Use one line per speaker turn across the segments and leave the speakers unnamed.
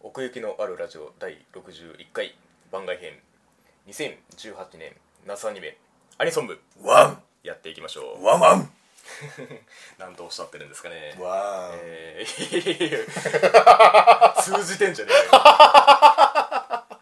奥行きのあるラジオ第61回番外編2018年夏アニメアニソン部
ワン
やっていきましょう
ワンワン
何とおっしゃってるんですかね
ワン
えーいやいやいや 通じてんじゃね
は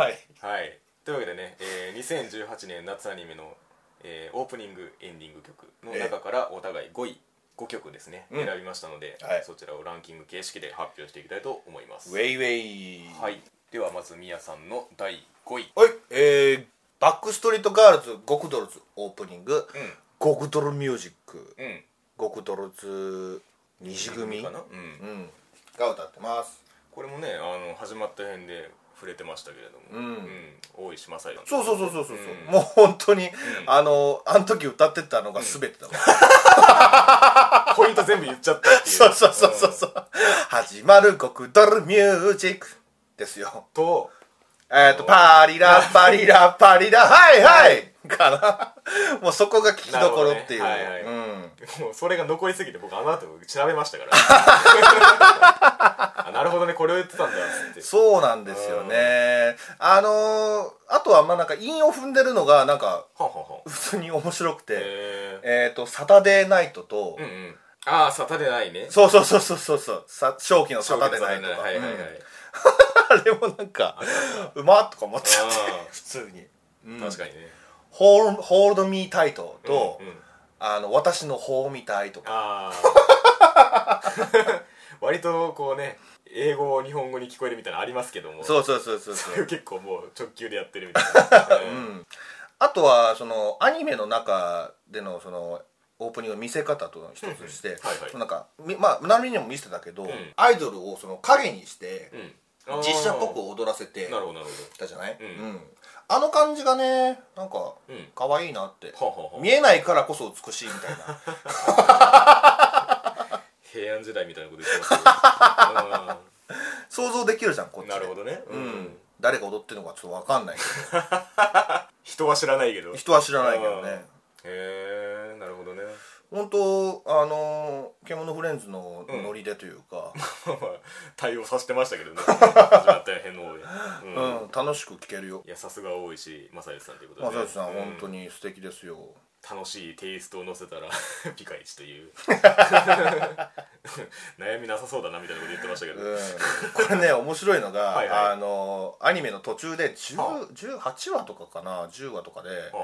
い
えよはいというわけでね、えー2018年夏アニメの、えーオープニングエンディング曲の中からお互い5位5曲ですね、
うん
選びましたので、
はい
そちらをランキング形式で発表していきたいと思います
ウェイウェイ
はい、ではまずみやさんの第5位
はいえー、バックストリートガールズゴクドルズオープニング
うん
ゴクドルミュージック
うん
ゴクドルズ西組
かな、う、
うんんが歌ってます
これもねあの始まった辺で触れてましたけれども、
うん
大石正弘
そうそうそうそうそう、
うん
もう本当に、あのあの時歌ってたのが全てだもん、
ポイント全部言っちゃったっていう
そうそうそうそうそう始まるゴクドルミュージックですよ
と
えっと、パーリ ラ、パリラ、パリラ、はいはいかな。 もうそこが聞きどころっていう。
なるほどねはいは
うん。
もうそれが残りすぎて僕あの後調べま したからあなるほどねこれを言ってたんだっつって
そうなんですよね。あのー、あとはまあなんか韻を踏んでるのがなんか
はんはんはん
普通に面白くて、
へえ
えっ、と、サタデーナイトと、
うんうんああサタデーないね
そうそうそうそうそうそう、さ正気のサタデーナイト
は
が
いはいはい、
うんあれもなん か、うまっとか思っちゃって
あ、ー
普通に。
確かにね
ホール、ホールドミータイトと、
うんうん
あの、私のホーミタイとか。
あ あ割とこうね英語を日本語に聞こえるみたいなのありますけども
そうそうそうそうそう。
それを 結構もう直球でやってるみたいな、うん
あとはそのアニメの中でのそのオープニングの見せ方と一つして、
うんはいはい
そのなんかみまあ何にも見せてたけど、
ん
アイドルをその影にして
うんあー
実写っぽく踊らせて
なるほどなるほ
たじゃない、
うん
あの感じがねなんか
どうん
可愛いなって、
はあはあはあ
見えないからこそ美しいみたい な
平安時代みたいなこと言ってますけどあ
想像できるじゃ んこっ
ー
ちで
なるほどねう、
うんん、誰が踊ってるのかちょっと分かんないけ
人は知らないけど
ど
へ
人は知らないけどね
えなるほ どね
本当あのー「獣フレンズ」のノリでというか、
まあ対応させてましたけ どね始まった辺の方で、うん
うん楽しく聴けるよ
いやさすが大石正義さんということで
まさしさん、
うん
本当に素敵ですよ。
楽しいテイストを載せたら ピカイチという 悩みなさそうだなみたいなこと言ってましたけ
う
ど、
ん、 これね面白いのが
はいはい
あのアニメの途中で10
は
18話とかかな10話とかで、
あ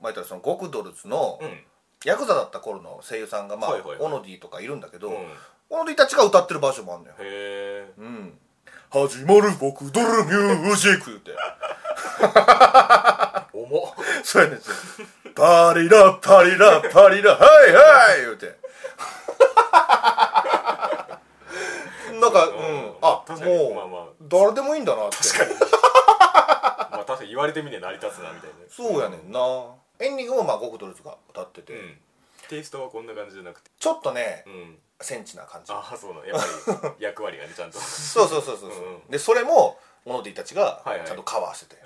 まあ、言ったらそのゴクドルズの、
うん
ヤクザだった頃の声優さんが、まあ
はいはいはい
オノディとかいるんだけど、
うんへ
オノディたちが歌ってる場所もあるのよ。
え
うん始まるゴクドルミュージック って。
重っ
そうやねんですよ。パリラパリラパリラ、はいはい言う て。
うん。
なんか、うんあ、
確かにまあまあ
もう、誰でもいいんだなって。
確かにまあ確かに言われてみて成り立つなみたいな
そうやねんな。エンディングもまあ、ゴクドルズが歌ってて、
うんテイストはこんな感じじゃなくて
ちょっとね
う、ん
センチな感じ。
ああそうなのやっ ぱり役割がねちゃんと
そうそうそうそう。
うん
で、それも、モノディたちが
はいはい
ちゃんとカバーしてて。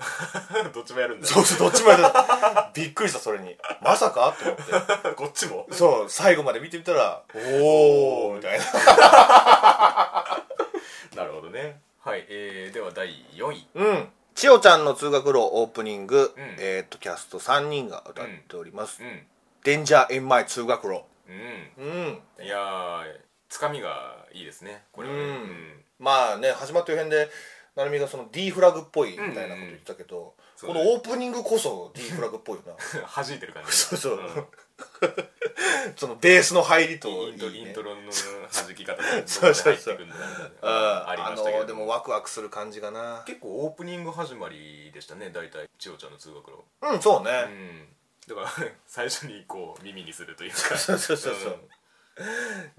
どっちもやるんだ
そうそう、どっちもやってた。 びっくりした、それに。まさかと思って。
こっちも
そう、最後まで見てみたら、おーみたいな。
なるほどねはい、えー、では第4位
うん。千代ちゃんの通学路オープニング、
うん
えーっと、キャスト3人が歌っております。
うん
デンジャーエンマイ通学路。
う
うん。
んいやーつかみがいいですねこれはね
うん
うん
まあね、始まった辺で、なるみがその D フラグっぽいみたいなこと言ってたけど、
うんうん
このオープニングこそ D フラグっぽいよ な。
弾いてる感じが
そうそう。
ん
そのベースの入りとい
イント
い
イ
ね
ント。ロの弾き方がど
そう
こ
そ
で入っ
う
て
そう
くるんだ
うん、
ありま
あ
したけ
の
ど
でもワクワクする感じがな
結構オープニング始まりでしたね大体千代ちゃんの通学路
うんそう
う
ね、
んだから 最初にこう耳にするというか
そうそうそうそう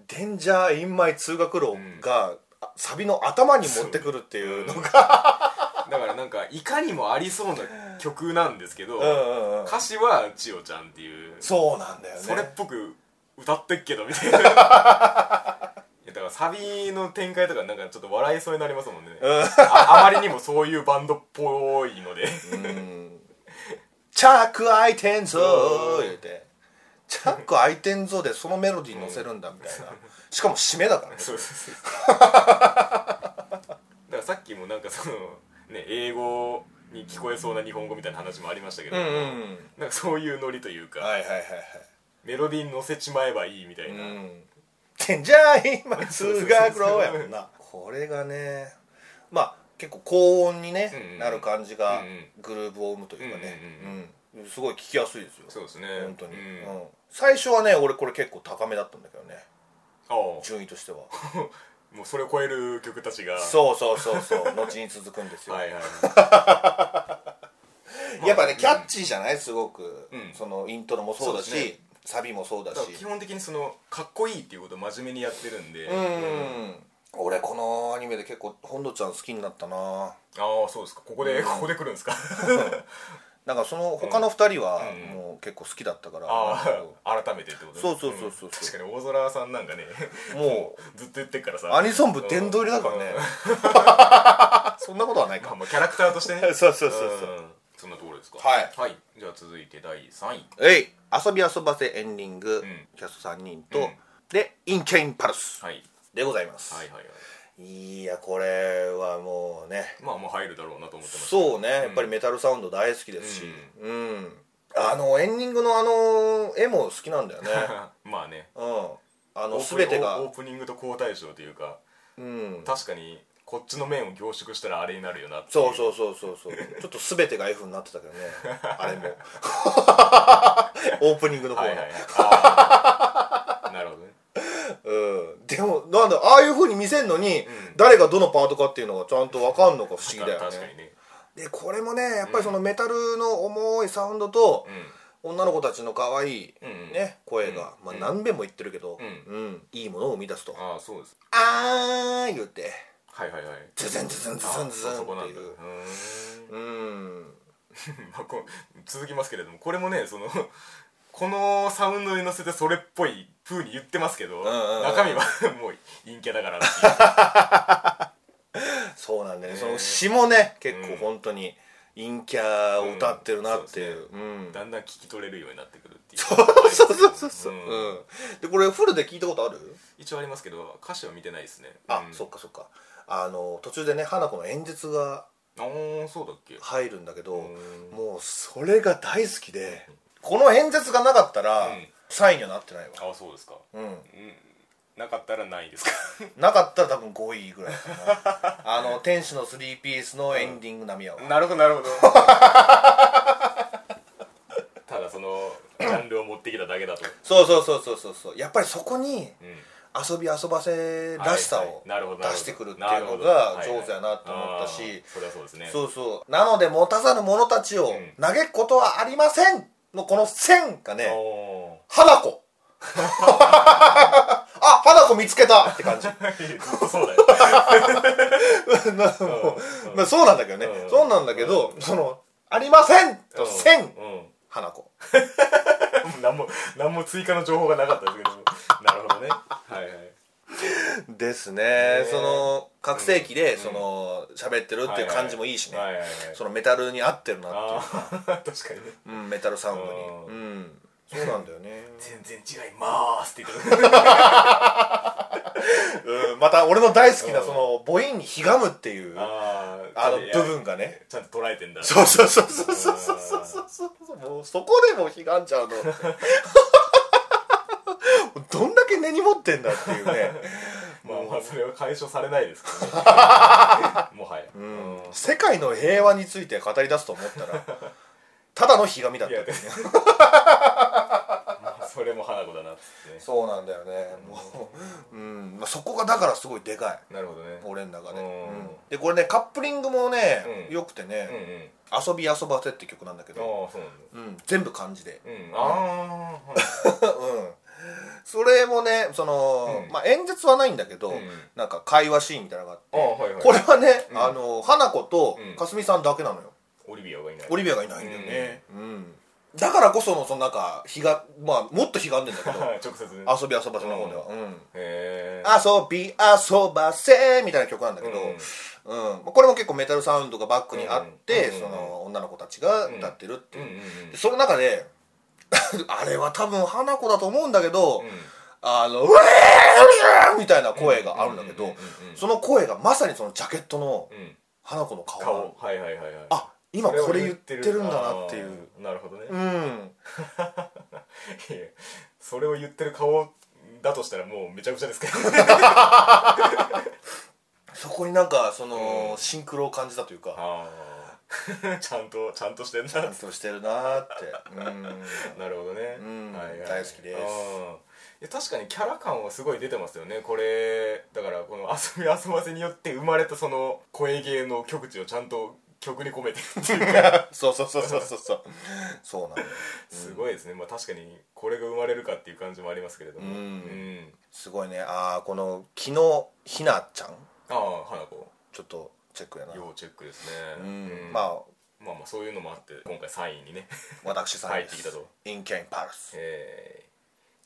デンジャー・イン・マイ通学路が、あサビの頭に持ってくるって
う
い
ん
うのが
だからなんかいかにもありそうな曲なんですけど
うんうんうん
歌詞は千代ちゃんっていう
そうなんだよね
それっぽく歌ってっけどみたいないやだからサビの展開とかなんかちょっと笑いそうになりますもんねああまりにもそういうバンドっぽいので
うんチャック開いてんぞ
うん
言うてチャック開いてんぞでそのメロディー 乗せるんだみたいな、しかも締めだからね
そうそうそうだからからさっきもなんかそのね英語に聞こえそうな日本語みたいな話もありましたけど、
うんうん
なんかそういうノリというか、
はいはいはい
メロディーに乗せちまえばいいみたい
はい
な、
うんてんじゃい今通学路や
そうそう
も
そうん
なこれがねまあ結構高音にね、
うんうん
なる感じが
うんうん
グルーブを生むというかね、
うんうん
うんすごい聞きやすいですよ
そうですね
本当に、
う
うん
ん
最初はね俺これ結構高めだったんだけどね
ああも
順位とし ては
うそれを超える曲たちが
そうそうそうそう後に続くんですよ、
はいはい
やっぱねキャッチーじゃないすごく、
うん
そのイントロもそうだし
そうですね
サビもそうだし
だから基本的にそのかっこいいっていうことを真面目にやってるんで、
うん、
あ
俺このアニメで結構本土ちゃん好きになったな
あそうですかここで、ここで来るんですか
なんかその他の2人は
うん
もう結構好きだったから、
ああ改めてってこと
そうそうそうそう
確かに大空さんなんかね
も
ずっと言ってっからさ
アニソン部殿堂入りだからね
うん
そんなことはない
まあ
か
まあキャラクターとしてね
そうそうそうそうん
そんなところですか
はい
はい、じゃあ続いて第3位
えい遊び遊ばせエンディング、
ん
キャスト3人と、
うん
でインチェインパルス
はい
でございます、
はいはいはい
い、やこれはもうね
まあもう入るだろうなと思ってます
そうね、やっぱりメタルサウンド大好きですしうん、あのエンディングのあの絵も好きなんだよね
まあね
うんあの
オープニング
全て
オー
が
プニングと交代賞というか
うん
確かにこっちの面を凝縮したらあれになるよなってい
そうそうそうそうそうちょっと全てが F になってた けどねあれもオープニングの方
は
が、
いはいはいあ ーなるほどね
うん、でもなんだああいうふうに見せんのに、
ん
誰がどのパートかっていうのがちゃんと分かんのか不思議だよ
確かに
ね
ね
でこれもねやっぱりそのメタルの重いサウンドと、女の子たちの可愛い、
うんうん
ね声が、まあ、何遍も言ってるけど、
う
うんいいものを生み出すと「
ああそうです
あー」言って
はいはいはい
「ズズンズズンズズンズズン」
あそこ
っ
な
て
んだ
いうう
ーん
うん
まあ、こう続きますけれどもこれもねその このサウンドに乗せてそれっぽい風に言ってますけど、
んうんうん
中身は もう陰キャだからって
そうなんだよね
ね
その詩もね結構本当に陰キャを歌ってるなっていう、うん
いうだんだん聞き取れるようになってくるっていう
そうそうそうそう、
うん
うんでこれフルで聞いたことある
一応ありますけど歌詞は見てないですね
あ、
うん
そっかそっかあの途中でね花子の演説が
あーそうだっけ
入るんだけど
ん
もうそれが大好きでこの演説がなかったら
うん
3位にはなってないわ、
あそうですか、
うん、
うん、なかったらない ですか
なかったら多分5位ぐらいか なあの天使のスリーピースのエンディング並みやわ、
なるほどなるほ どただそのジャンルを持ってきただけだと、
そうそうそうそうそうそうやっぱりそこに
うん
遊び遊ばせらしさ
はいは
を
いなるほど
出してくるってい
な
う
る
の
ほど
が
はいはい
上手やなと思った
あ
し
ーそれはそうですね
そうそうなので持たざる者たちを
うん
嘆くことはありませんのこの線がね
お
花子 あ花子見つけたって感じ
ーそう だよ
なもうまあそうなんだけどね
うん
そうなんだけどその「ありません!」と「せん
うんうん」
花子
何も何も追加の情報がなかったですけどなるほどねはいはい
ですね
ね
その拡声器でその喋ってるっていう感じもいいし
は
ね
いはいはい
そのメタルに合ってるなっていう
あー確かにね
うん、メタルサウンド
うん
に、うん、そうなんだよね、
全然違いまーすって言ってた
うん、また俺の大好きな
うん
その母音にひがむっていうあ
あー
の
ちゃんと
部分がね
ちゃんと捉えてんだ
そうそうそうそうそうそうそうそうそうもうそこでもひがん じゃうのどんだけ根に持ってんだって いうね、
まあまあそれは解消されないです けどねもはやう
うん
ん、
世界の平和について語り出すと思ったらただのひがみだっ
い
た
や
って
で
いう
もまあそれも花子だなっつってね
そうなんだよねもう、うんまあ、そこがだからすごいでかい
なるほどね
俺の中で、
うん
うんでこれねカップリングもね、
うん
よくてね、
うんうん
遊び遊ばせって曲なんだけ
あ
ど、
あそうなんだ
うん、全部漢字で、
うんああーはい
うん、それもねその、
うん
まあ、演説はないんだけど、
うん
なんか会話シーンみたいなのがあって
あはいはい
これはね、
うん
あの花子と
うん
かすみさんだけなのよ
オリビアがいない
オリ
ビ
ビアがいないんだよね、うんだからこそのそのなんか日が、まあ、もっと日がんでんだけ ど
直接ね
遊び遊ばせの方では、うん
へえ
遊び遊ばせみたいな曲なんだけど、
うん
うんこれも結構メタルサウンドがバックにあって、
うんうん
その女の子たちが歌ってるって
う
い
ん
う、
うん うん
でその中であれは多分花子だと思うんだけど、
うん
あの「ウェーウェーみたいな声があるんだけ
うん
ど
うんうんうん
その声がまさにそのジャケットの
うん
花子の顔
顔はいはいはいはい
あ今
そ
こ
を
れ言ってるんだなっていう
あーなるほどね
うん
いやそれを言ってる顔だとしたらもうめちゃくちゃですけど
そこになんかその
うん
シンクロを感じたというか
ああちゃんとちゃんとしてんな
ちゃんとしてるなーって うん
なるほどね、
うん大好きで
あ
す
ーいや確かにキャラ感はすごい出てますよねこれだからこの遊び遊ばせによって生まれたその声芸の極致をちゃんと曲に込めてるっていうか
そうそうそうそうそうそうそうなんだよ
すごいですね、まあ、確かにこれが生まれるかっていう感じもありますけれども
うん
ん
すごいねああこの昨日ひなちゃん
ああ花子
ちょっとチェックやなう
要チェックですね、
ん
うん
まあ
まあまあそういうのもあって今回3位にね、
私さん
入
で
ってき
す
たと
インキャインパルス
え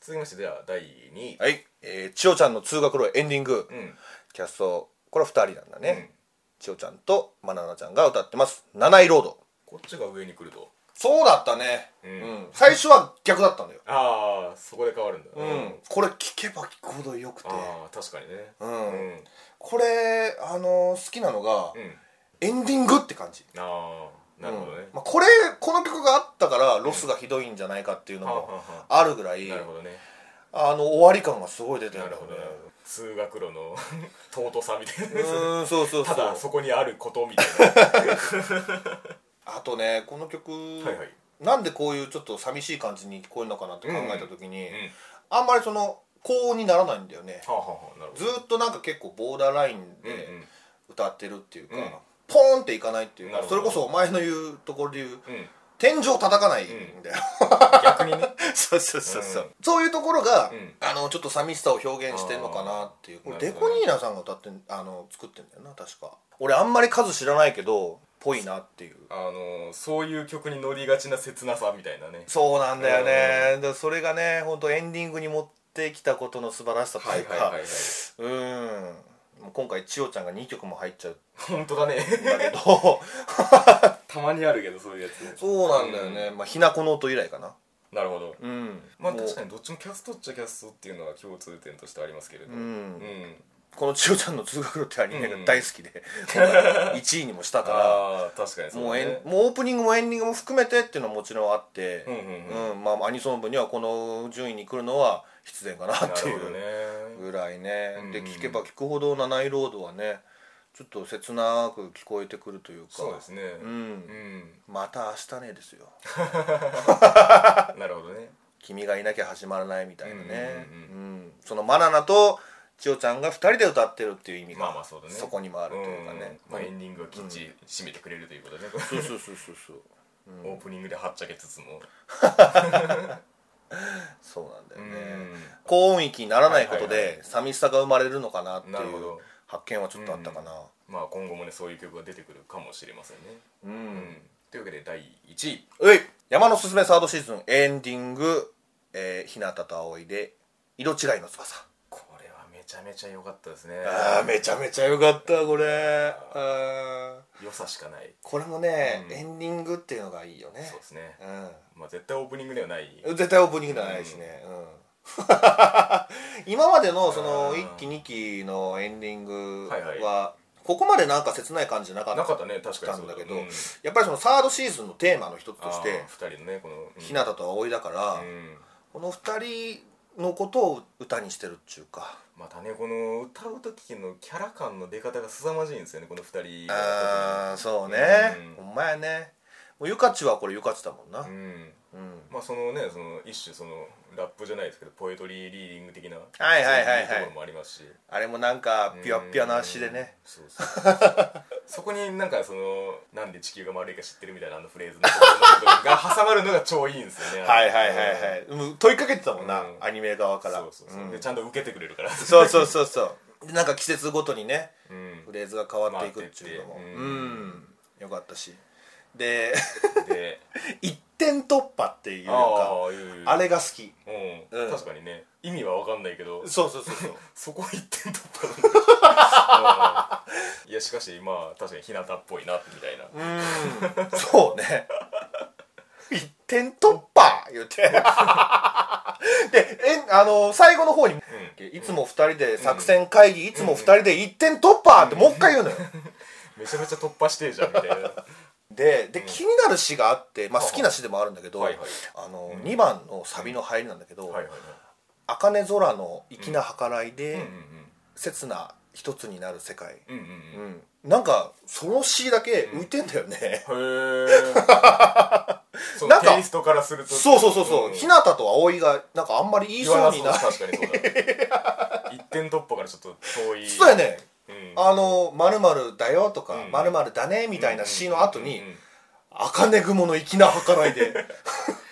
ー、続きましてでは第2位、
はい、えー、千代ちゃんの通学路エンディング、
うん
キャストこれは2人なんだね、
うん
千代ちゃんとまななちゃんが歌ってます「七色ロード
こっちが上に来ると」
そうだったね、
う
うんん最初は逆だったんだよ、
ああそこで変わるんだ
うんこれ聞けば聞くほどよくて
ああ確かにね
うん
うん、
これあのー好きなのが、
うん
エンディングって感じ
ああなるほどね、
うんまあ、これこの曲があったからロスがひどいんじゃないかっていうの
はあは
も
あは
あるぐらい、
なるほどね
あの終わり感がすごい出てる
なん
だ
る
よ
ほ
ね
どね通学路の 尊さみたいな
うーんそうそうそ
た
う
だそこにあることみたいな
あとねこの曲、
はいはい
なんでこういうちょっと寂しい感じに聞こえるのかなって考えた時に、
うん
あんまりその高音にならないんだよね
はあはあはあなるほ
ず
ど
ーっとなんか結構ボーダーライン
うん
で歌ってるっていうか、
うん
ポーンっていかないっていう
な
か
るほ
そ
ど
れこそお前の言うところで言
うん、う
う
ん、
天井叩かないんだよ、
逆にね
そうそうそうそう、
うん
そういうところが、
うん
あのちょっと寂しさを表現してんのかなっていう
あー
これデコニーナさんが歌ってんあの作ってんだよな確か俺あんまり数知らないけどぽいなっていう
あのーそういう曲に乗りがちな切なさみたいなね
そうなんだよね、でそれがね本当エンディングに持ってきたことの素晴らしさというか、うんもう今回千代ちゃんが2曲も入っちゃう
本当だね
んだけど
たまにあるけどそういうやつ
そうなんだよね、まあひなこの音以来かな
なるほど
うん
まあ
もう
確かにどっちもキャストっちゃキャストっていうのは共通点としてありますけれども
う、
うんん
この千代ちゃんの通学路ってアニメが大好き で、1位にもしたから
ああ確かにそ
も
う
う
ね
エンもうオープニングもエンディングも含めてっていうのはもちろんあって、
うんうんうん
うんまあ、アニソン部にはこの順位に来るのは必然かな
な
ってい
るほど
う
ね
ぐらいね、
うん
で聞けば聞くほど七色ロードはねちょっと切なく聞こえてくるというか
そうですね
う、
うんん
また明日ねですよ
なるほどね
君がいなきゃ始まらないみたいなね、
う
うんん
う
そのマナナと千代ちゃんが2人で歌ってるっていう意味が、
まあまあそうだね
こにもあるというかね、
うんまあエンディングはきっちり締めてくれるということでね
そうそうそうそうそう
オープニングではっちゃけつつも
そうなんだ
う
よね、
ん
高音域にならないこ
は
と
いはいは
で寂しさが生まれるのかなっていう
なるほど
発見はちょっとあったかな
まあ今後もねそういう曲が出てくるかもしれませんね
うん、う
うんというわけで第1位
い山のすすめサードシーズンエンディング、えー、日向と葵で色違いの翼
これはめちゃめちゃ良かったですね
あーめちゃめちゃよかったこれあー
良さしかない
これもね、
うん
エンディングっていうのがいいよね
そうですね
うん
まあ絶対オープニングではない
絶対オープニングではないしね、うん 今までのその1期2期のエンディング
はいはい
はここまでなんか切ない感じなかった
なかったね確かに
た
そうん
だけど、
うん
やっぱりそのサードシーズンのテーマの一つ
あ
と
ー
して
二人のねこのうん
日向と葵だから、
うん
この2人のことを歌にしてるっちゅうか
またねこの歌う時のキャラ感の出方が凄まじいんですよねこの二人
ああそうね、
うん
ほんまやねもうゆかちはこれゆかちだもんな
う
うん、
んまあそのねその一種そのラップじゃないですけどポエトリーリーディング的なはい
はいはいはい
ところもありますし
あれもなんかピュアピュアな足でね
うんそうそうそう そこになんかそのなんで地球が丸いか知ってるみたいなあのフレーズのところの部分が挟まるのが超いいんですよね
はいはいは
い
いはい、もう問いかけてたもんな、
うん
アニメ側から
そうそうそう、
うん
でちゃんと受けてくれるから
そうそうそうそうでなんか季節ごとにね
うん
フレーズが変わっていくっていうのも
回ってって
う
うん
ん、よかったしで
で
一点突破っていうか
ーいう
あれが好き
うん、
うん
確かにね意味は分かんないけど
そうそうそうそう
そこ一点突破うんいやしかしまあ確かに日向っぽいなみたいな
うんそうね一点突破言ってでえあの最後の方に、いつも2人で作戦会議、いつも2人で一点突破!」ってもう一回言うのよ、
めちゃめちゃ突破してえじゃんみたいな
でで、気になる詩があって、まあ、好きな詩でもあるんだけど、
はいはい
あの2番のサビの入りなんだけど「
はいはいはい
茜空の粋な計らいで、
うん
刹那一つになる世界」
うんうんう
う
ん
ん、なんかその詩だけ浮いてんだよね、
うんへえ そ
な
の
んか
テイストからすると
そうそうそうそう、
ん
日向と葵がなんかあんまり言い
言わ
そう
なそう
にな
だ
い
確か にそうだ一点突破からちょっと遠い
そうやね
うん
あの「まるだよ」とか
うん
「まるだね」みたいな詩の後
う
に
ん
「茜雲の粋な計ら いで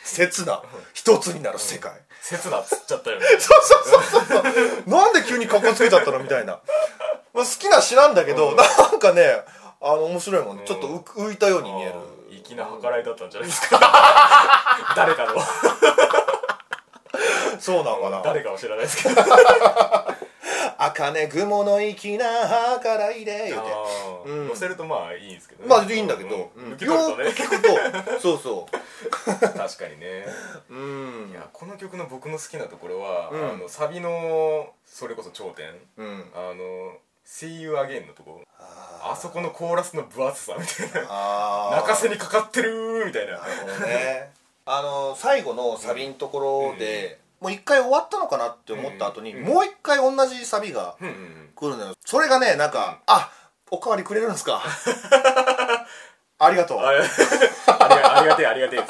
刹那一つになる世界」
刹那っつっちゃったよね
そうそうそうそうなんで急にかっこつけちゃったのみたいな、まあ、好きな詩なんだけど、
うん
なんかねあの面白いもんね、
うん
ちょっと浮浮いたように見える
粋な計らいだったんじゃないです か誰かの
そうなのか な
誰かは知らないですけど
茜雲の粋な計らいで」言うてうん
乗せるとまあいいんですけどね
まあいいんだけど、
う
うんん
抜け
よ
取
く
るとね
聞く とそうそ
確かにね
ううん
いやこの曲の僕の好きなところは
うん
あのサビのそれこそ頂点
うん
あの「See You Again」のとこ
あ
あそこのコーラスの分厚さみたいな
あー
泣かせにかかってるーみたいな
なるほどねあの最後のサビのところで、もう一回終わったのかなって思った後に、
うん
もう一回同じサビが
うんうんうん
来るのよそれがねなんか、あおかわりくれるんですか ありがとう
あありがありがてえありがてえで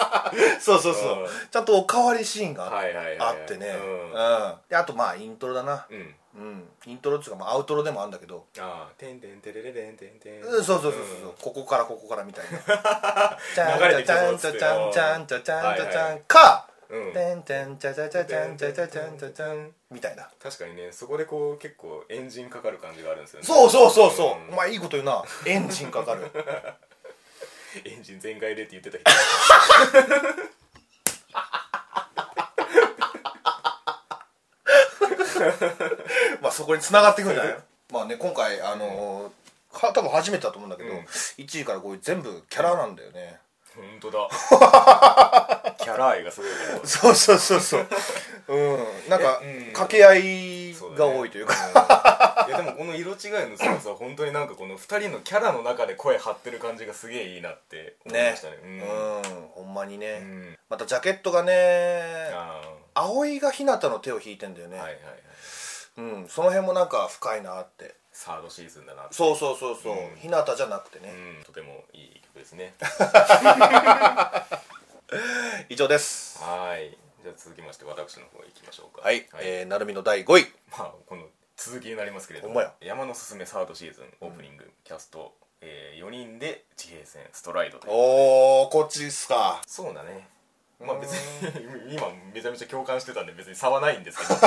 す
そうそうそう、
うん
ちゃんとおかわりシーンがあ,、
はいはいはいはい
ってね、
うん
であとまあイントロだな
うん
うんイントロっていうか、まあ、アウトロでもあるんだけど、
ああてんてんてれれれんてんてん
うんそうそうそうそう、
ん
ここからここからみたいなち
流れてきた
ゃ
ぞ
ん
っ
ち
つ
ゃ
っ
ん
て
ちゃんちゃんちゃんちゃんちゃんちゃ
はい
んか
うん
てんてんちゃちゃちゃちゃんちゃちゃちゃんちゃちゃんみたいな
確かにねそこでこう結構エンジンかかる感じがあるんですよね
そうそうそうそう、
ん
お前いいこと言うなエンジンかかる
エンジン全開でって言ってた人
まあそこに繋がってくるんじゃないのまあね今回あのーか多分初めてだと思うんだけど、
うん
1位から5位全部キャラなんだよね、
本当だ キャラ愛がすごいけど
そうそうそうそううんなんか
えうん
掛け合いが多いというか
か、いやでもこの色違いの強さは本当になんかこの2人のキャラの中で声張ってる感じがすげえいいなって思いましたね
うん、ほんまにね、
うん、うん、
またジャケットがね
あ
葵が日向の手を引いてんだよね、
あはいはいはい
うん、その辺もなんか深いなって
サードシーズンだなって
そうそうそうそう、
うん
日向じゃなくてね、
うんとてもいい曲ですね
以上です
はいじゃあ続きまして私の方行きましょうか
はい、えー、なるみの第5位
まあこの続きになりますけれど
ほんま
も
や
山のすすめサードシーズンオープニング、キャスト、え4人で地平線ストライドという
おおこっちっすか
そうだね
ん
まあ別に 今めちゃめちゃ共感してたんで別に差はないんですけ ど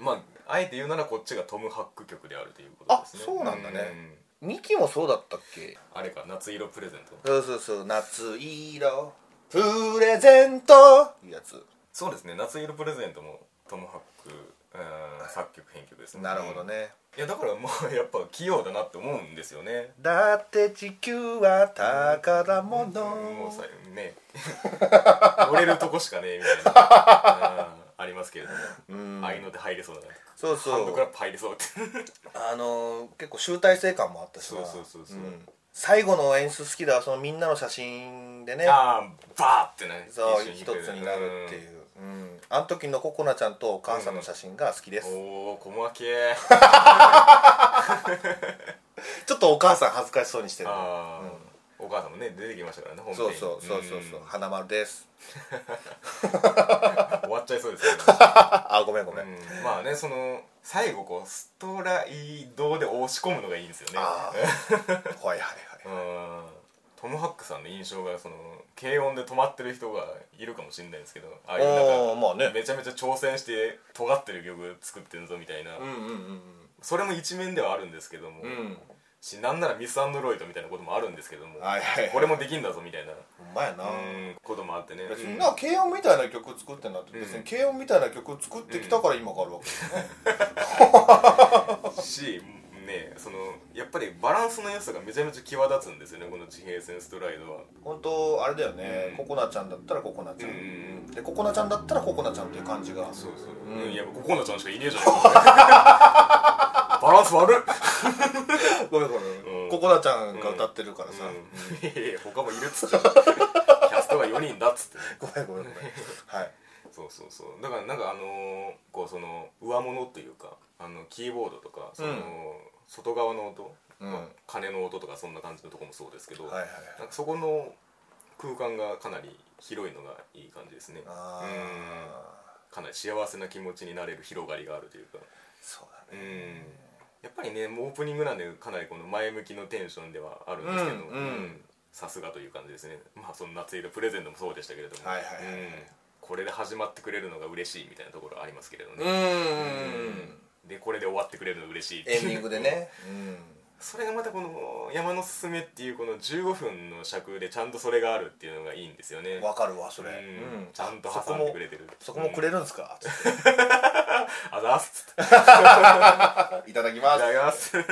まああえて言うならこっちがトム・ハック曲であるということですね
あそうなんだね
ん
ミキもそうだったっけ
あれか夏色プレゼント
そうそうそう夏色プレゼントいうやつ
そうですね夏色プレゼントもトム・ハックうん作曲編曲ですね
なるほど
うん
ね、
いやだからまあやっぱ器用だなって思うんですよね
だって地球は宝物、
もうさ ね乗れるとこしかねえみたいなあーありますけれども、ああいうので入れそうだな
そうそう
ハンドクラップ入れそうって
あのー結構集大成感もあったしな
そうそうそうそうん
最後の演出好きだそのみんなの写真でね
あーバーってね
そ
緒
う一つ
に行く
になるっていう、うん、あの時のココナちゃんとお母さんの写真が好きです、
うんおお細け
ちょっとお母さん恥ずかしそうにしてる
あー、お母さんもね出てきましたからね本
そうそうそうそうそう花丸です
終わっちゃいそうです けど、
ああごめんごめん、
ねうんまあねその最後こうストライドで押し込むのがいいんですよね
あーはいはいはい
うんトム・ハックさんの印象がその軽音で止まってる人がいるかもしれないんですけどああいうな
おお
ん
まあ
か
ね
めちゃめちゃ挑戦して尖ってる曲作ってんぞみたいな、
うんうんうん
それも一面ではあるんですけども、
うん
しなんならミス・アンドロイドみたいなこともあるんですけども、
はいはい
これもできんだぞみたいな、
ほんまやな、
うんこともあってね
別
う
に
ん
な軽音みたいな曲作ってんだって別に軽音みたいな曲作ってきたから今があるわけ
し、うねそのやっぱりバランスの良さがめちゃめちゃ際立つんですよねこの地平線ストライドは
本当あれだよね、
うん
ココナちゃんだったらココナちゃん、
うんうんうん
でココナちゃんだったらココナちゃんっていう感じが
そうそう、
うん
いやココナちゃんしかいねえじゃねえか バランス悪っ
ごめんごめん、
うん
ココナちゃんが歌ってるからさ、
うん、いやいや他もいるっつ ってキャストが4人だっつって
ごめんごめんごめんはい
そうそうそうだからなんかあのーこうその上物っていうかあのキーボードとかその、
うん
外側の音、
うん
まあ鐘の音とかそんな感じのとこもそうですけど、
はいはいはい
なんかそこの空間がかなり広いのがいい感じですね
あ
うん
あ
かなり幸せな気持ちになれる広がりがあるというか
そうだ
う
ね
んやっぱりねもうオープニングなんでかなりこの前向きのテンションではあるんですけど
うんうん
さすがという感じですねまあその夏井のプレゼントもそうでしたけれども、
はいはいはいはい
うんこれで始まってくれるのが嬉しいみたいなところありますけれど
う
ね、
ん
でこれで終わってくれるの嬉しいってい
エ
う
ンディングでね
それがまたこの「山のすすめ」っていうこの15分の尺でちゃんとそれがあるっていうのがいいんですよね
うんわかるわそれ、
うん
う
ちゃんと挟んでくれてる
そこもそこもくれるんですか、
あざーすっつって
いただき
い
ま
た
す
だきます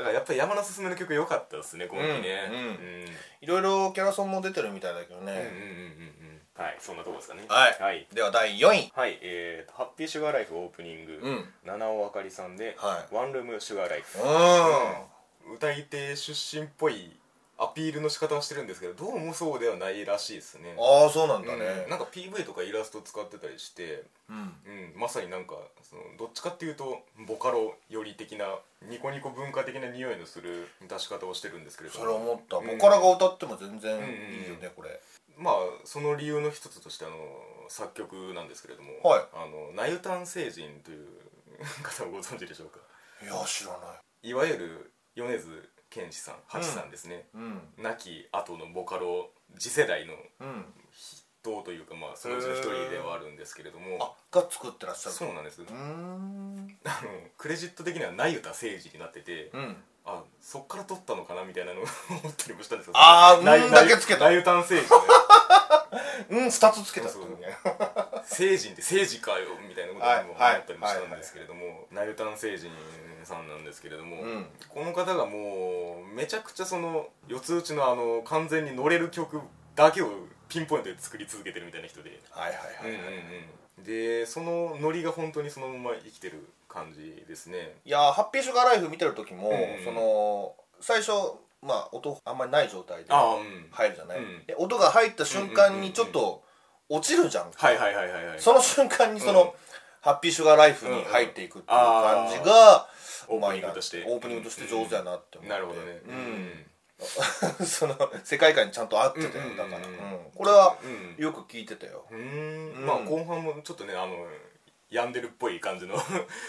だからやっぱり山のすすめの曲良かったですね今季ね
うんうん
うん
いろいろキャラソンも出てるみたいだけど
うんうんうん
ね、
うんうんはいそんなとこですかね
はい
はい、
では第4位
はいえーとハッピーシュガーライフオープニング、
うん
七尾あかりさんで、
はい
ワンルームシュガーライフ
うん、
歌い手出身っぽいアピールの仕方をしてるんですけどどうもそうではないらしいですね
ああそうなんだ
う
ね
ん、なんか PV とかイラスト使ってたりして、
う
う
ん
ん、まさになんかそのどっちかっていうとボカロ寄り的なニコニコ文化的な匂いのする出し方をしてるんですけれど
そ
も
れ思った
うん
ボカロが歌っても全然いいよね、これ
まあその理由の一つとしてあの作曲なんですけれども、
はい
あのナユタン星人という方をご存知でしょうか
いや知らない
いわゆる米津玄師さん八さんですね、
うん
亡き後のボカロ次世代の
うん
どうというかまあそのうちの一人ではあるんですけれど
あ
も
が作ってらっしゃる
そうなんです、
うーん
あのクレジット的にはナユタ星人になってて、
うん
あそっから撮ったのかなみたいなのを 思ったりもしたんですけど
あー
ナユ
うんだけつけた
ナユタン星人ね
うん2つつけたって
そう
こ
そう
とね
聖人って聖人かよみたいなことにも
はい
思ったりもしたんですけれどもナユタン聖人さんなんですけれども、
うん
この方がもうめちゃくちゃその四つ打ちのあの完全に乗れる曲だけをピンポイントで作り続けてるみたいな人で、
はいはいはい、
うんう
はい、
んうんでそのノリが本当にそのまま生きてる感じですね
いやーハッピーシュガーライフ見てる時も、
うん
その最初まあ音あんまりない状態で
ああうん
入るじゃない、
うん
で音が入った瞬間にちょっ
うん
と落ちるじゃん、
はいはいはいはいはい
その瞬間にその、
うん
ハッピーシュガーライフに入っていくっていう感じが、
うん
うま
あーオープニ
い
ング
な
として
オープニングとして上手やなって思って、
なるほどね
うん その世界観にちゃんと合ってたよ
うん
だから、
うん
うんこれは
うん
よく聞いてたよ
うーん
うん
まあ後半もちょっとねあの病んでるっぽい感じの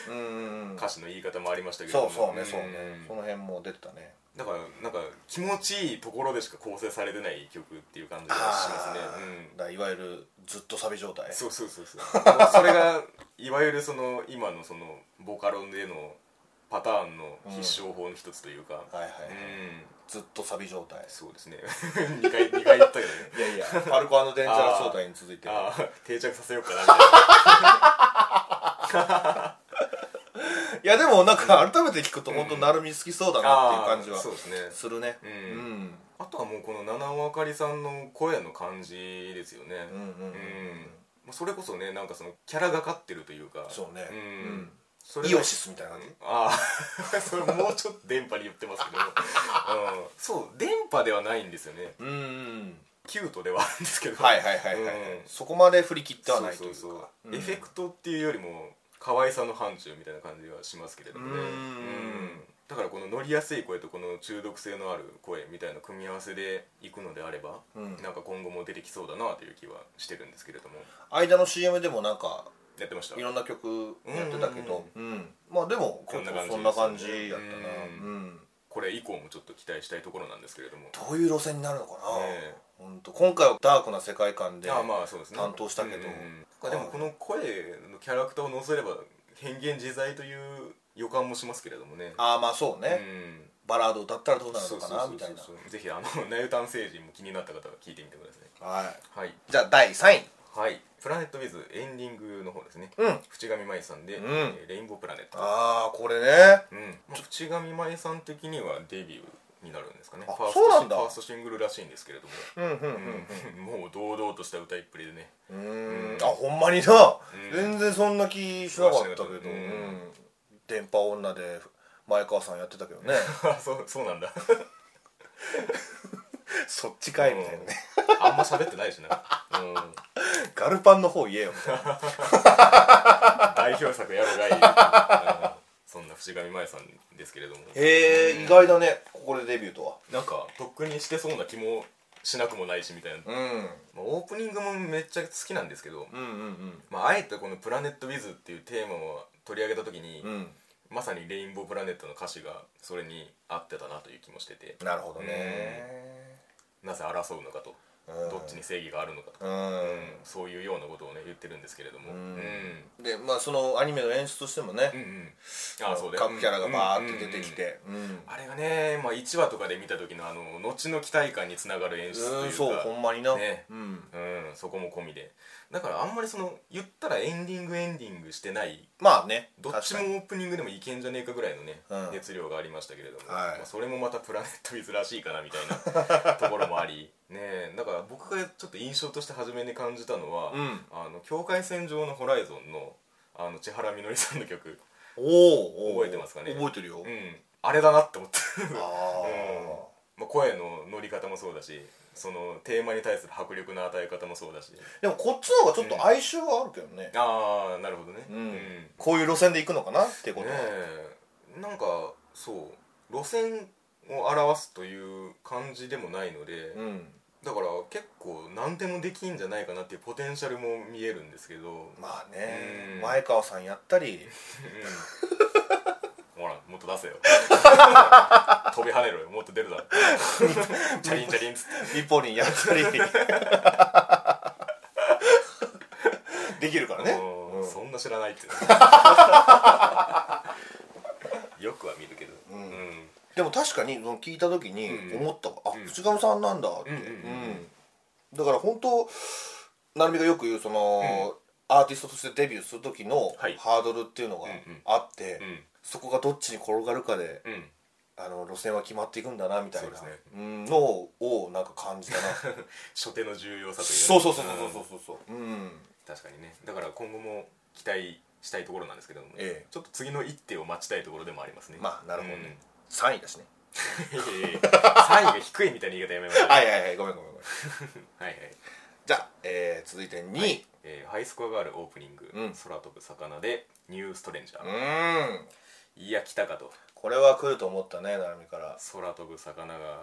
うんうんうん
歌詞の言い方もありましたけれど
そ
も
うそうねそうね
ん
その辺も出てたね
だからなんか気持ちいいところでしか構成されてない曲っていう感じがしますね
あーだからいわゆるずっとサビ状態
うんそうそうそうそうもうそれがいわゆるその今のそのボカロでのパターンの必勝法の一つというか
はいはいは
うん、
い、ずっとサビ状態
そうですね 二回二回言ったけどね
いやいやパルコデンジャラ状態に続いてる
ああ定着させようかなみたい ない
やでもなんか改めて聞くと本当なるみ好きそうだなっていう感じ
あー
は
そうですね
するね
うん
うん、
あとはもうこの七尾あかりさんの声の感じですよね
うんうんうん
うんまあそれこそねなんかそのキャラがかってるというか
そうね
う
うんん
それ
イ
が
オシスみたいな感じ
ああ それもうちょっと電波に言ってますけど、う ん、そう電波ではないんですよね
うんうん
キュートではあるんですけど
はいはいはいはい、はい
うん
そこまで振り切っては
そ
な
う
いとい
そうう
か
そう、
ん
エフェクトっていうよりも可愛さの範疇みたいな感じがしますけれどもね
うん
だからこの乗りやすい声とこの中毒性のある声みたいな組み合わせでいくのであれば、
うん
なんか今後も出てきそうだなという気はしてるんですけれども
間の CM でもなんか
やってました
いろんな曲やってたけど、うんまあでも
こんな感じ
そんな感じやったな、
う
うん
これ以降もちょっと期待したいところなんですけれども
どういう路線になるのかな、
ねえ
ほんと今回はダークな世界観で
ああまあそうですね
担当したけど
うんうんうんでもこの声のキャラクターを乗せれば変幻自在という予感もしますけれどもね
ああまあそう
う
ね、
ん
バラード歌ったらどうなる
そ
の
う
か
そう
な
そう
みたい
そうぜひあの「ナユタン星人」も気になった方は聞いてみてください
なはい
はい
じゃあ第3位
はい「プラネットウィズ」エンディングの方ですね、
うん
淵上真由さんで、
うん
えーレインボープラネット」
ああこれね
うん、まあ淵上真由さん的にはデビューになるんですかね
あ
ファース
そう
ト
な
シ
ん
ン
だ
ファーストシングルらしいんですけれども、
うんうんうん
うんもう堂々とした歌いっぷり でね
う
うんん
あほんまにな、
ん
全然そんな気しなかったけど、
しなかった
う
ね
ん電波女で前川さんやってたけどね
あそうそうなんだ
そっちかいみたいなね、
うんあんま喋ってないしな、 うん、
ガルパンの方言えよみたいな
代表作やろがいい、うんそんな淵上真由さんですけれど も
へえ意外だねここでデビューとは
なんかとっくにしてそうな気もしなくもないしみたいな、まあ、
うん
オープニングもめっちゃ好きなんですけど、
うんうん
まあ、あえてこの「プラネット・ウィズ」っていうテーマを取り上げた時に、
うん
まさに「レインボー・プラネット」の歌詞がそれに合ってたなという気もしてて
なるほどね
なぜ争うのかと
うん
どっちに正義があるのかと
う
か、うんんそういうようなことをね言ってるんですけれども、
う
うんん
でまあそのアニメの演出としてもね、
うんうんああそうだよ
各キャラがバーって出てき、てうん
うんうんうんあれがね、まあ、1話とかで見た時のあの後の期待感につながる演出とい
うん
う
そう
か
ほんまにな、
ね
うん、
うん、そこも込みでだからあんまりその言ったらエンディングエンディングしてない
まあね
どっちも
確
オープニングでもいけんじゃねえかぐらいのね、
うん
熱量がありましたけれども、
はい
まあ、それもまたプラネットウィズらしいかなみたい なところもありねえだから僕がちょっと印象として初めに感じたのは、
かにうん
あの境界線上のホライゾンのあの千原みのりさんの曲、
おお
覚えてますかね
覚えてるよ、
うん、あれだなって思って
あ
まあ声の乗り方もそうだしそのテーマに対する迫力の与え方もそうだし
ーでもこっちの方がちょっと哀愁はあるけどね、
ああなるほどね
うん
うん
こういう路線で行くのかなってこと
ね
は、
えなんかそう路線を表すという感じでもないので、
うん
だから結構何でもできんじゃないかなっていうポテンシャルも見えるんですけど、
まあね、
うん
前川さんやったり
うんほらもっと出せ よ飛び跳ねろよもっと出るだろチャリンチャリンっつって
リポリンやった りできるからね、
うん
うん
そんな知らないってよ くは見るけどう
う
んん
でも確かにその聞いた時に
うん
思ったわ、あ
うん
淵上さんなんだって、
うんうんうん
うんだから本当成美がよく言うその、アーティストとしてデビューする時の
はい
ハードルっていうのが
うんうん
あって、
うん
そこがどっちに転がるかで
うん
あの路線は決まっていくんだなみたいな
そうですね
うんのをなんか感 じたな
初手の重要さというか
そうそうそうそうそ
ん
うそうそううん
確かにねだから今後も期待したいところなんですけども、
ええ
ちょっと次の一手を待ちたいところでもありますね
まあなるほどね、
うん
3位だしね
いやいやいや3位が低いみたいな言い方やめ ましょう
はいはいはいごめんごめんごめん
はいはい
じゃあ、えー続いて2位、
えーハイスコアガールオープニング「
うん
空飛ぶ魚」で「ニューストレンジャー」
うーん
いや来たかと
これは来ると思ったね成美から
空飛ぶ魚が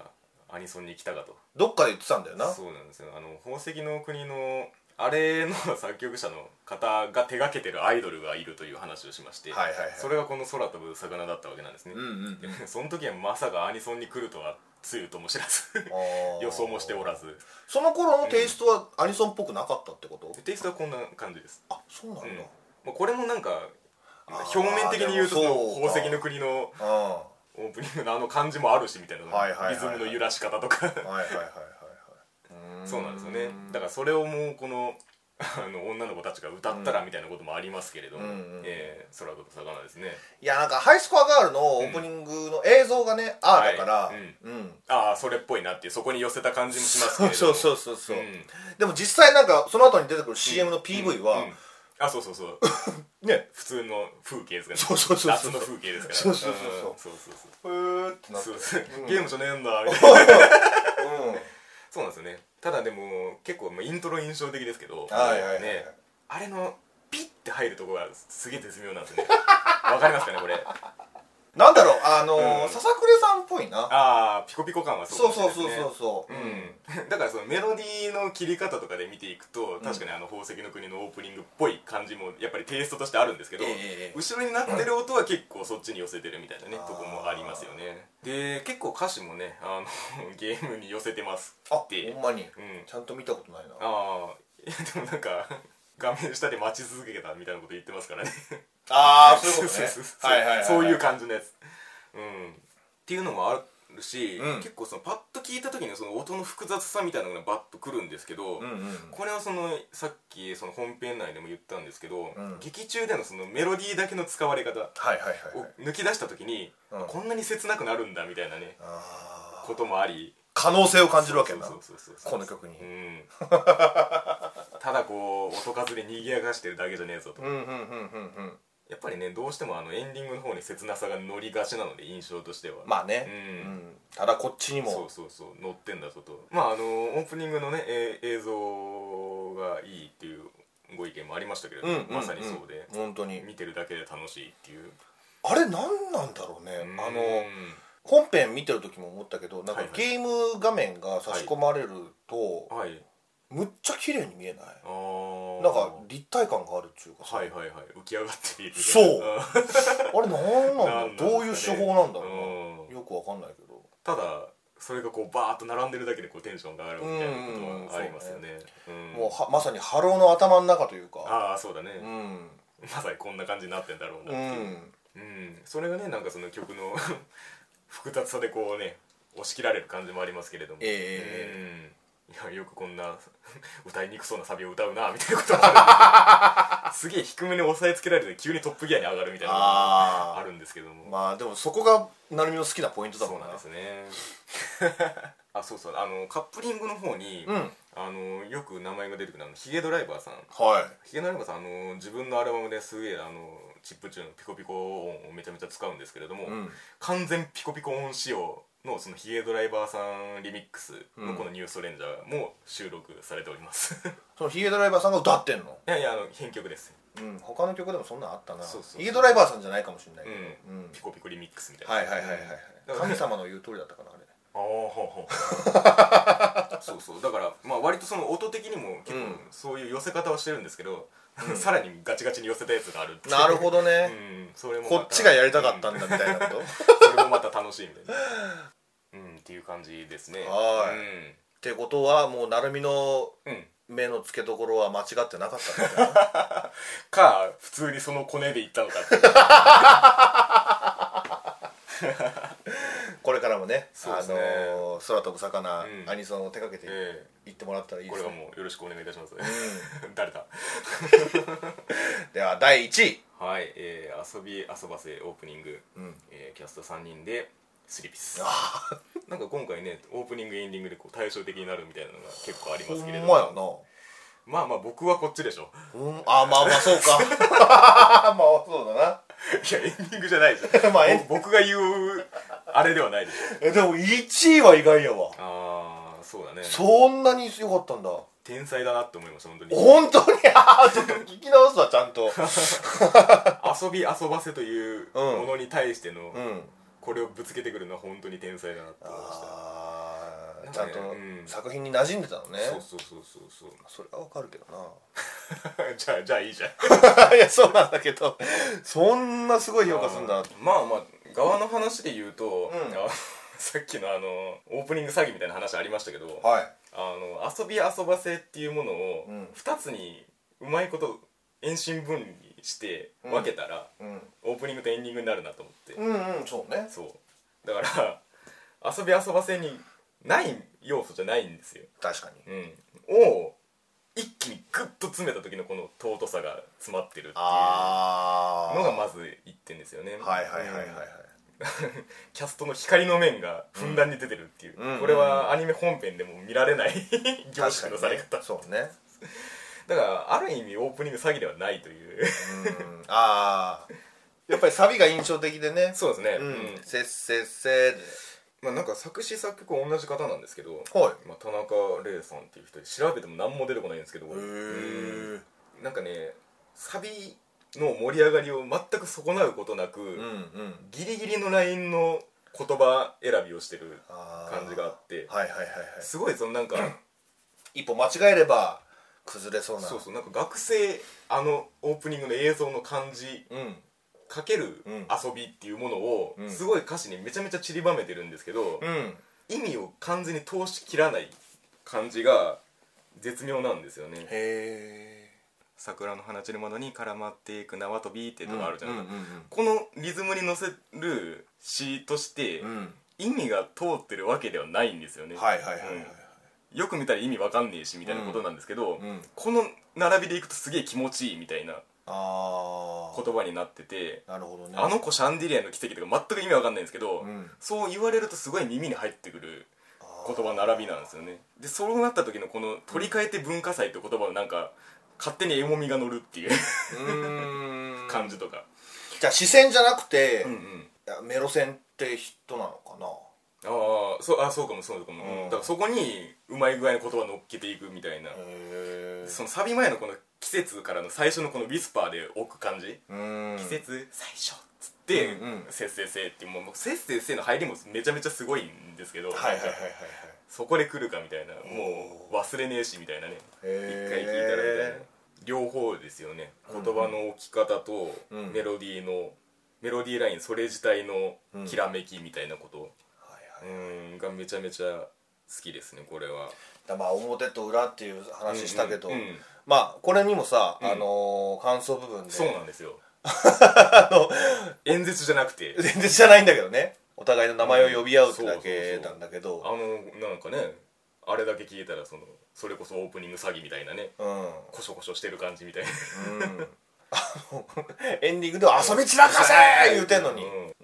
アニソンに来たかと
どっかで言ってたんだよな
そうなんですよあの宝石の国のあれの作曲者の方が手がけてるアイドルがいるという話をしまして、
はいはいはい
それがこの空飛ぶ魚だったわけなんですね、
うんうんうん
で その時はまさかアニソンに来るとはつゆとも知らず
あー
予想もしておらず
その頃のテイストはアニソンっぽくなかったってこと、
でテイストはこんな感じです、
あそうなんだ、
う
うんん
まあ、これもなんか
あ
表
ー
面的に言うとそ
で
の
もそうか
宝石の国の
は
オープニングのあの感じもあるしみたいな、
はいはいはいはい
リズムの揺らし方とか
いはいはいはいはいー
そうなんですよねだからそれをもうこのあの女の子たちが歌ったらみたいなこともありますけれども、
うんうん
えー空と魚ですね
いやなんかハイスコアガールのオープニングの映像がね、ああだから、
はい
うん、
ああそれっぽいなっていうそこに寄せた感じもしますけ
そ
れ
う
ど
そ
も
うそうそうそう、
うん
でも実際なんかその後に出てくる CM の PV は、
うんあそうそうそう
ね
普通の風景ですから、
そうそうそうそう
夏の風景ですから
そうそうそうそうん
そうそうそう
ふーってなって
そううんそうゲームじゃねえん だみたいなそうなんですよねただでも結構まあイントロ印象的ですけど
はいはいはい
ねあれのピッて入るとこがすげえ絶妙なんですねわかりますかねこれ
なんだろうあのー
うん
笹倉さんっぽいな
ああピコピコ感は
そう
かも
そう
しれ
そう
ないですね
そうそう、
うん、だ からそのメロディーの切り方とかで見ていくと確かにあの宝石の国のオープニングっぽい感じもやっぱりテイストとしてあるんですけど、
ええええ
後ろになってる音は結構そっちに寄せてるみたいなね
あー
とこもありますよねで結構歌詞もねあの ゲームに寄せてます
あ
って
ほんまに、
ん
ちゃんと見たことないな
ああでもなんか画面下で待ち続けたみたいなこと言ってますからね
ああ
そうそうそうそうそういう感じのやつ、うん、っていうのもあっるし、
うん
結構そのパッと聞いた時のその音の複雑さみたいなのがバッとくるんですけど、
うんうん
これはそのさっきその本編内でも言ったんですけど、
うん
劇中でのそのメロディーだけの使われ方
はいはいはい
を
はい
抜き出した時に、
うん
こんなに切なくなるんだみたいなね
あー
こともあり
可能性を感じるわけだな
そうそうそうそう
この曲に
うんただこう音数で賑やかしてるだけじゃねえぞと
うんうんうんうんうん
やっぱりねどうしてもあのエンディングの方に切なさが乗りがちなので印象としては
まあね、
うん
うんただこっちに
そ
も
うそうそう乗ってんだぞとまああのオープニングのね、えー映像がいいっていうご意見もありましたけれども、
んんん
まさにそうで、
本当に
見てるだけで楽しいっていう
あれ何なんだろうねあ
う
の
ん
本編見てる時も思ったけどなんか
はいはい
ゲーム画面が差し込まれると、
はい
むっちゃ綺麗に見えない
あー
なんか立体感があるっていうかさ、
はいはいはい浮き上がっているみたいな
そう
うん
あれ何なんだ
なん
ろう
なん
どういう
ですか
手
ね
法なんだろう
うん
なよくわかんないけど
ただそれがこうバーッと並んでるだけでこうテンションが上がるみたいなことはありますよね,、うん
もうはまさにハローの頭の中というか
ああそうだね
う、ん
まさにこんな感じになってんだろうな
う
っていう、
ん
うんそれがねなんかその曲の 複雑さでこうね押し切られる感じもありますけれども、
え
うんいやよくこんな 歌いにくそうなサビを歌うなみたいなことがあるんで すけどすげえ低めに押さえつけられて急にトップギアに上がるみたいなことがあ
あ
るんですけども
あまあでもそこが成美の好きなポイントだ
そ
も
うんなん
な
ですね あそうそうあのカップリングの方に、
うん
あのよく名前が出てくるあのヒゲドライバーさん
は
ヒゲドライバーさんあの自分のアルバムですげえあのチップチューンピコピコ音をめちゃめちゃ使うんですけれども、
い、うん、
完全ピコピコ音仕様のそのヒゲドライバーさんリミックスのこの「ニューストレンジャー」も収録されております、 い
そのヒゲドライバーさんが歌ってんの
やいやあの編曲です、
うん他の曲でもそんなんあったな
そうそうそう
ヒゲドライバーさんじゃないかもしれないけど、
う
うん
ピコピコリミックスみたいな
はいはいはいはい
だから
神様の言う通りだったかなあれ
ああほうほうそうそうだからまあ割とその音的にも結構
うん
そういう寄せ方はしてるんですけど、 さらにガチガチに寄せたやつがあるっていう
なるほど
う
ね、
んそれもま
こっちがやりたかったんだみたいなことっ
うんそれもまた楽しいみたいなうんっていう感じですね
はてことはもう成海の
うん、うん、
目の付けどころは間違ってなかったみたいな
か普通にそのコネで行ったのかっていう
これからもね
そうですね
あのー空飛ぶ魚、
うん
アニソンを手掛けて
え
いってもらったらい
え
い
こ
で
れ
す
は
ね、
もうよろしくお願いいたします 誰だ
では第1位、
はい、えー遊び遊ばせオープニング、
うん、
えーキャスト3人でスリピス
あ
なんか今回ねオープニングエンディングでこう対照的になるみたいなのが結構あり
ほ
ま
ん
す
ま
け
や
れど
な
もまあまあ僕はこっちでしょ
ほんあまあまあそうか まあそう
い
だ
やエンディングじゃないでしょ
な まあえ
ぼ僕が言うあれではないでしょ
えでも1位は意外やわ
ああそうだね
そんなに良かったんだ
天才だなって思いました本当に
本当に ああちょっと聞き直すわちゃ んと
遊び遊ばせという
うん
ものに対しての、
うん
これをぶつけてくるのは本当に天才だなって思いました
あ
な
あ
ん
ち
か
ゃ
ね
んと
うん
作品に馴染んでたのね
そうそうそうそうそう
それはわかるけど
じゃあじゃあいいじゃん
な いやそうなんだけどそんなすごい評価すんだ
まあまあ側の話で言うと、
うん
あの さっきのあのオープニング詐欺みたいな話ありましたけど、
はい
あの遊び遊ばせっていうものを
うん
2つにうまいこと遠心分離して分けたら、
うん
オープニングとエンディングになるなと思って、
うんうんそうね
そうだから遊び遊ばせにない要素じゃないんですよ、
確かに
うん、を一気にグッと詰めた時のこの尊さが詰まってるっていう
ああ
のがまず1点ですよね
はいはいはいはいはい
キャストの光の面がふんだんに出てるっていう、
うん
これはアニメ本編でも見られない 凝縮のされ
ね
方、
そうね
だからある意味オープニング詐欺ではないと いう
うんああやっぱりサビが印象的でね
そうですね
う
うん
んせっせっせで
まあ、なんか作詞作曲同じ方なんですけど、
はい
まあ、田中玲さんっていう人で調べても何も出てこないんですけど
へ
うんなんかねサビの盛り上がりを全く損なうことなく、
うんうん
ギリギリのラインの言葉選びをしてる
感
感じがあって
はいはいはいはい
すごいそのなんか
一歩間違えれば崩れそう な
そうそうなんか学生あのオープニングの映像の感じ
うん
かける
うん
遊びっていうものを
うん
すごい歌詞にめちゃめちゃ散りばめてるんですけど
うん
意味を完全に通しきらない感じが絶妙なんですよね
へ
桜の花散るものに絡まっていく縄跳びって
え
とこあるじゃないですか
うん
このリズムに乗せる詩として
うんうん
意味が通ってるわけではないんですよね、
はいはいはいはい、
よく見たら意味わかんねえしみたいなことなんですけど、
うんうん
この並びでいくとすげえ気持ちいいみたいな
あ
言葉になってて
あなるほどね
あの子シャンデリアの奇跡とか全く意味わかんないんですけど、
うん
そう言われるとすごい耳に入ってくる言葉の並びなんですよねでそうなった時のこの「取り替えて文化祭」って言葉のなんか勝手に絵もみが乗るっていう
うーん
感じとか、
じゃあ視線じゃなくて、
うんう
い
ん
やメロ線って人なのかな
ああそうあそうかもそうかも、
うん
だからそこにうまい具合の言葉乗っけていくみたいな、
へえ
そのサビ前のこの季節からの最初のこのウィスパーで置く感じ、
うん
季節最初っつって
うんうん
「せっせっせ」ってもうもう「せっせっせ」の入りもめちゃめちゃすごいんですけど、
はいはいはいはい
な
は
ん
い
かそこで来るかみたいなもう忘れねえしみたいなね一回聞いたらみたいな
へ
両方ですよね言葉の置き方と
うん
メロディーのメロディーラインそれ自体の
うん
きらめきみたいなこと
は
う
いはい
ーんがめちゃめちゃ好きですねこれは
だまあ表と裏っていう話したけど、
うんうんうん
まあこれにもさ、
ん
あのー感想部分で
そうなんです よ演説じゃなくて
全然知らないんだけどねお互いの名前を呼び合うってだけなんだけど
あのなんかねあれだけ聞いたらそのそれこそオープニング詐欺みたいなね
うん、うん、
コショコショしてる感じみたいな
あのエンディングでは「遊び散らかせ!」言うてんのに、
うん
うん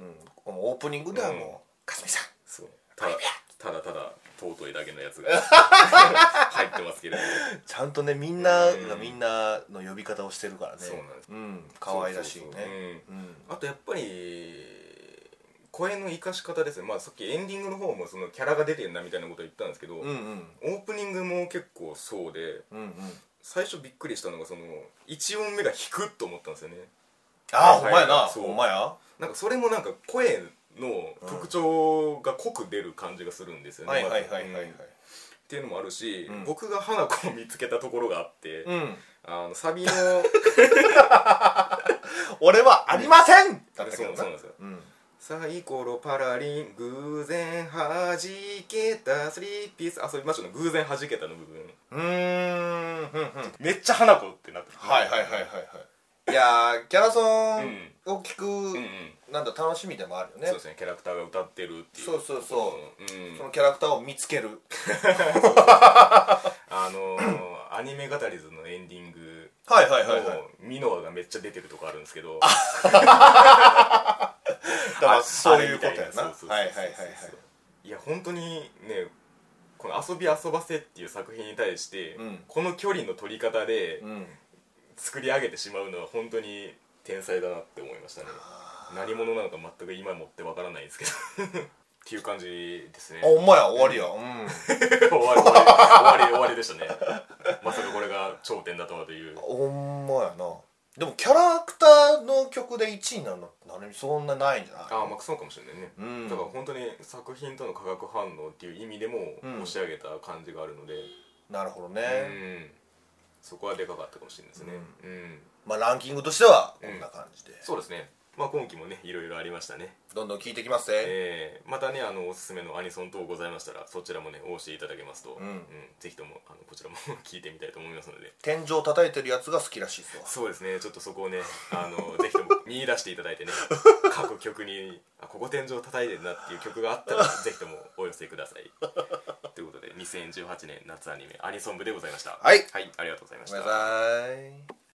このオープニングではもう
うん
「かすみさん
そうただただただ尊いだけのや つが入ってますけれども
ちゃんとねみんなが
うん
みんなの呼び方をしてるからね
そうなんです
ん可愛らしいね
そうそうそう
うん
うんあとやっぱり声の生かし方ですね、まあ、さっきエンディングの方もそのキャラが出てんなみたいなこと言ったんですけど、
うんうん
オープニングも結構そうで
うんうん
最初びっくりしたのがその1音目が低っと思ったんですよね
ああほんまやな
そう
ほんまや
なんかそれもなんか声の特徴が濃く出る感じがするんですよね、
はい
ま
は
ず
いはいはいはい
うんっていうのもあるし、
うん
僕が花子を見つけたところがあって、
うん
あのサビの
俺はありませんだったけど
そうそうなんですよ
うん
サイコロパラリン偶然弾けたスリーピース遊びましょうの偶然弾けたの部分
うーんふんふん
めっちゃ花子ってなってる
はいはいはいはいはいいやーキャラソン
ん
を聞く、
うんうん
なんだ楽しみでもあるよね
そうですねキャラクターが歌ってるっていう、
そうそうそう
うん
そのキャラクターを見つける
あのー、アニメ語りずのエンディング
はいはいはいはい
のミノアがめっちゃ出てるとこあるんですけど
だからそういうことやな
あれみたいそうそうそうそう
はいはいはいはい
いや本当にねこの「遊び遊ばせ」っていう作品に対して、
うん
この距離の取り方で
うん
作り上げてしまうのは本当に天才だなって思いましたね何者なのか全く今もってわからないんですけど っていう感じですね
あほんまや終わりやう ん
終わり終わり終わり終わりでしたね まさかこれが頂点だとはという
ほんまやなでもキャラクターの曲で1位になるのって何もそんなないんじゃない
ああまあそうかもしれないね、
うん
だから本当に作品との化学反応っていう意味でも
うん
押し上げた感じがあるので、
なるほど
うん
ね、
そこはでかかったかもしれないですね、うん
まあランキングとしてはこんな感じで、
そうですねまあ今期もねいろいろありましたね
どんどん聴いてきますね、
えーまたねあのおすすめのアニソン等ございましたらそちらもねお教えいただけますと、
うん
ぜひともあのこちらも 聞いてみたいと思いますので
天井叩いてるやつが好きらしいっすわ
そうですねちょっとそこを ねあのぜひとも見出していただ いてね各曲にあここ天井叩いてるなっていう曲があ ったらぜひともお寄せくださいということで2018年夏アニメアニソン部でございました
はい
はい、ありがとうございまし
ごめ
た
んなさい